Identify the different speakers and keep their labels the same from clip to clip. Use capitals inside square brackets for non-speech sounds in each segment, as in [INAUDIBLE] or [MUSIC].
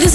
Speaker 1: This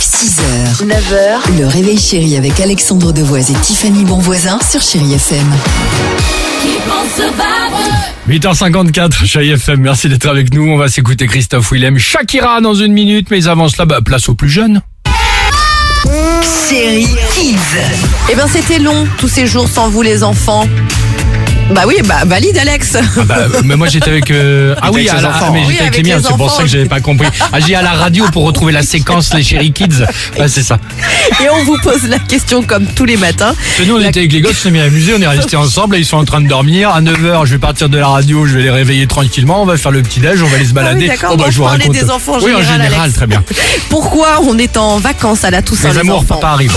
Speaker 2: 6h, 9h, le réveil chéri avec Alexandre Devoise et Tiffany Bonvoisin sur Chérie FM.
Speaker 3: 8h54, Chai FM, merci d'être avec nous. On va s'écouter Christophe Willem, Shakira dans une minute, mais avant cela, bah, place aux plus jeunes.
Speaker 2: Série Kids. Eh ben c'était long, tous ces jours sans vous les enfants. Bah oui, bah valide Alex.
Speaker 3: [LAUGHS] Ah bah, euh, mais moi j'étais avec... euh, Ah oui,
Speaker 4: avec
Speaker 3: à
Speaker 4: ses
Speaker 3: la-
Speaker 4: enfants.
Speaker 3: ah, mais
Speaker 2: Oui,
Speaker 3: j'étais avec,
Speaker 2: avec
Speaker 3: les miens,
Speaker 2: les
Speaker 3: c'est pour
Speaker 2: enfants.
Speaker 3: ça que j'avais pas compris. Ah, j'ai à la radio pour retrouver la séquence, les chéri kids. Bah, c'est ça.
Speaker 2: Et on vous pose la question comme tous les matins. Ah
Speaker 3: Parce que nous, on était avec les gosses, on s'est bien amusés, on est restés ensemble, et ils sont en train de dormir. À 9h, je vais partir de la radio, je vais les réveiller tranquillement, on va faire le petit-déj, on va aller se
Speaker 2: Ah oui,
Speaker 3: balader.
Speaker 2: d'accord,
Speaker 3: Oh, bah,
Speaker 2: on
Speaker 3: je vous
Speaker 2: parlait
Speaker 3: raconte.
Speaker 2: des enfants en
Speaker 3: oui, en
Speaker 2: général,
Speaker 3: général,
Speaker 2: Alex.
Speaker 3: très bien.
Speaker 2: [LAUGHS] Pourquoi on est en vacances à la Toussaint
Speaker 3: Les
Speaker 2: les
Speaker 3: amours,
Speaker 2: enfants
Speaker 3: papa arrive.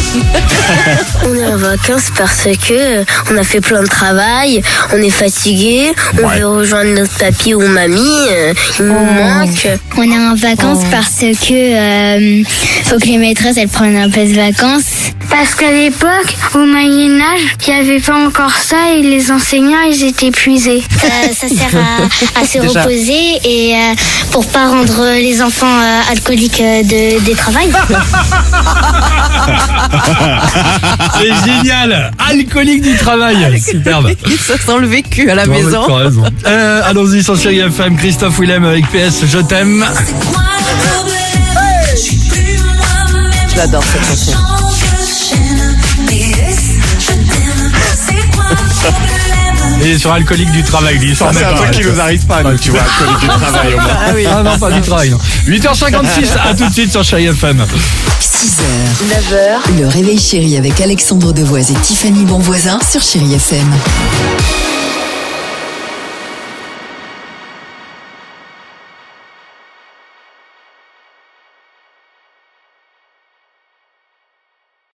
Speaker 5: On est en vacances parce que euh, on a fait plein de travail, on est fatigué, on veut rejoindre notre papy ou mamie, euh, il nous manque. Oh.
Speaker 6: On est en vacances parce que euh, faut que les maîtresses elles prennent un peu de vacances.
Speaker 5: Parce qu'à l'époque, au Moyen Âge, il n'y avait pas encore ça et les enseignants, ils étaient [LAUGHS] épuisés.
Speaker 6: ça sert à, à se reposer et euh, pour pas rendre les enfants euh, alcooliques euh, de, des travail.
Speaker 3: C'est génial Alcoolique du travail Superbe
Speaker 2: [LAUGHS] Ça sent le vécu à la
Speaker 3: Ouais,
Speaker 2: maison.
Speaker 3: ouais, t'as raison. [LAUGHS] Euh, Allons-y sur Chéri FM, Christophe Willem avec PS Je t'aime.
Speaker 2: Je l'adore cette chanson.
Speaker 3: Et sur Alcoolique du Travail, lui. il s'en
Speaker 4: Ça, c'est
Speaker 3: remet
Speaker 4: un
Speaker 3: pas,
Speaker 4: truc
Speaker 3: ouais.
Speaker 4: qui nous arrive pas, nous, tu vois, à
Speaker 3: [LAUGHS]
Speaker 4: cause du travail au moins.
Speaker 2: Ah oui.
Speaker 3: Ah non, pas du [LAUGHS] travail. non. 8h56, à tout de suite sur Chéri FM.
Speaker 2: 6h,
Speaker 1: 9h.
Speaker 2: 9h, le réveil chéri avec Alexandre Devoise et Tiffany Bonvoisin sur Chérie FM.